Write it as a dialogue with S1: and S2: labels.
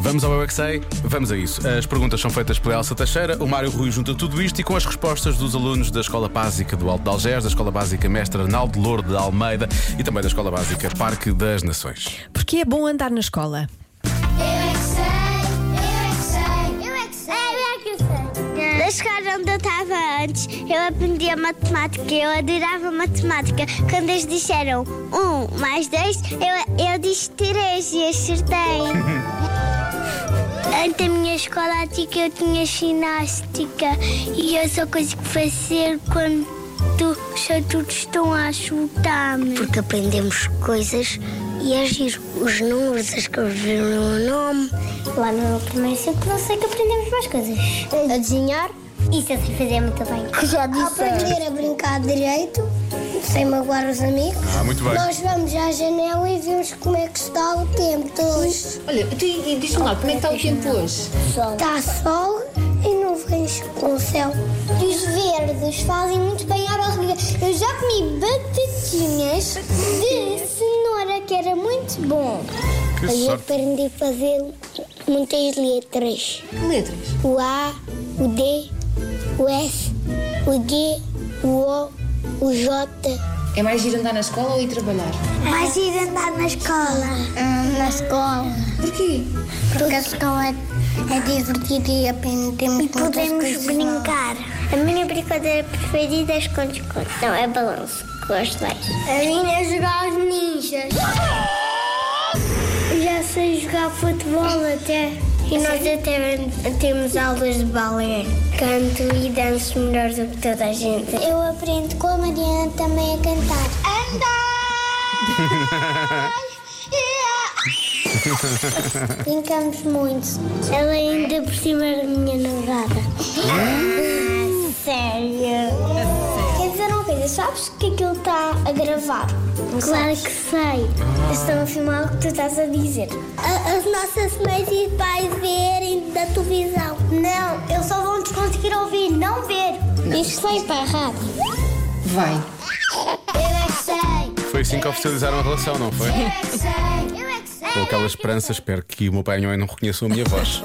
S1: Vamos ao UXA, vamos a isso. As perguntas são feitas pela Elsa Teixeira, o Mário Rui junta tudo isto e com as respostas dos alunos da Escola Básica do Alto de Algés, da Escola Básica Mestre Arnaldo Lourdes de Almeida e também da Escola Básica Parque das Nações.
S2: Porque é bom andar na escola.
S3: Na escola onde eu estava antes, eu aprendia matemática, eu adorava matemática. Quando eles disseram um mais dois, eu, eu disse três e acertei. Antes da minha escola antiga eu tinha ginástica e eu só consigo fazer quando os adultos estão a ajudar-me. Porque aprendemos coisas e agir os números, as coisas no nome.
S4: Lá no primeiro ciclo não sei que aprendemos mais coisas.
S3: A desenhar?
S4: Isso eu sei fazer muito bem.
S3: Já
S4: Aprender a brincar direito, sem magoar os amigos.
S1: Ah, muito bem.
S4: Nós vamos à janela e vemos como é que está o tempo hoje.
S5: Olha, tu, e diz-me lá, como é que está o tempo hoje?
S4: Está Tá sol e nuvens com o céu. E os verdes fazem muito bem à barriga. Eu já comi batatinhas de cenoura, que era muito bom.
S1: Que
S4: eu
S1: sorte.
S4: aprendi a fazer muitas letras.
S5: Letras.
S4: O A, o D, o S, o G, o O, o J.
S5: É mais ir andar na escola ou ir trabalhar?
S4: Mais ir andar na escola. Hum, na escola.
S5: Porquê?
S4: Porque a escola é divertida e aprendemos E podemos brincar. A minha brincadeira preferida é esconde-esconde. Não, é balanço. Gosto mais. A minha é jogar os ninjas. Já sei jogar futebol até. E nós até temos aulas de balé. Canto e danço melhor do que toda a gente. Eu aprendo com a Mariana também a cantar. Andar! Brincamos muito. Ela é ainda por cima era minha namorada. Ah, É Sério? Quer dizer uma coisa, sabes que aquilo está a gravar? claro que sei. Estão a filmar o que tu estás a dizer. as nossas mães e pais verem da televisão. Não, eles só vão te conseguir ouvir, não ver. Isso foi para a rádio.
S5: Vai.
S4: Eu é que sei.
S1: Foi assim que oficializaram a relação, não foi?
S4: Eu é que sei. Eu é que sei.
S1: Com aquela esperança, espero que o meu pai e a minha mãe não reconheçam a minha voz.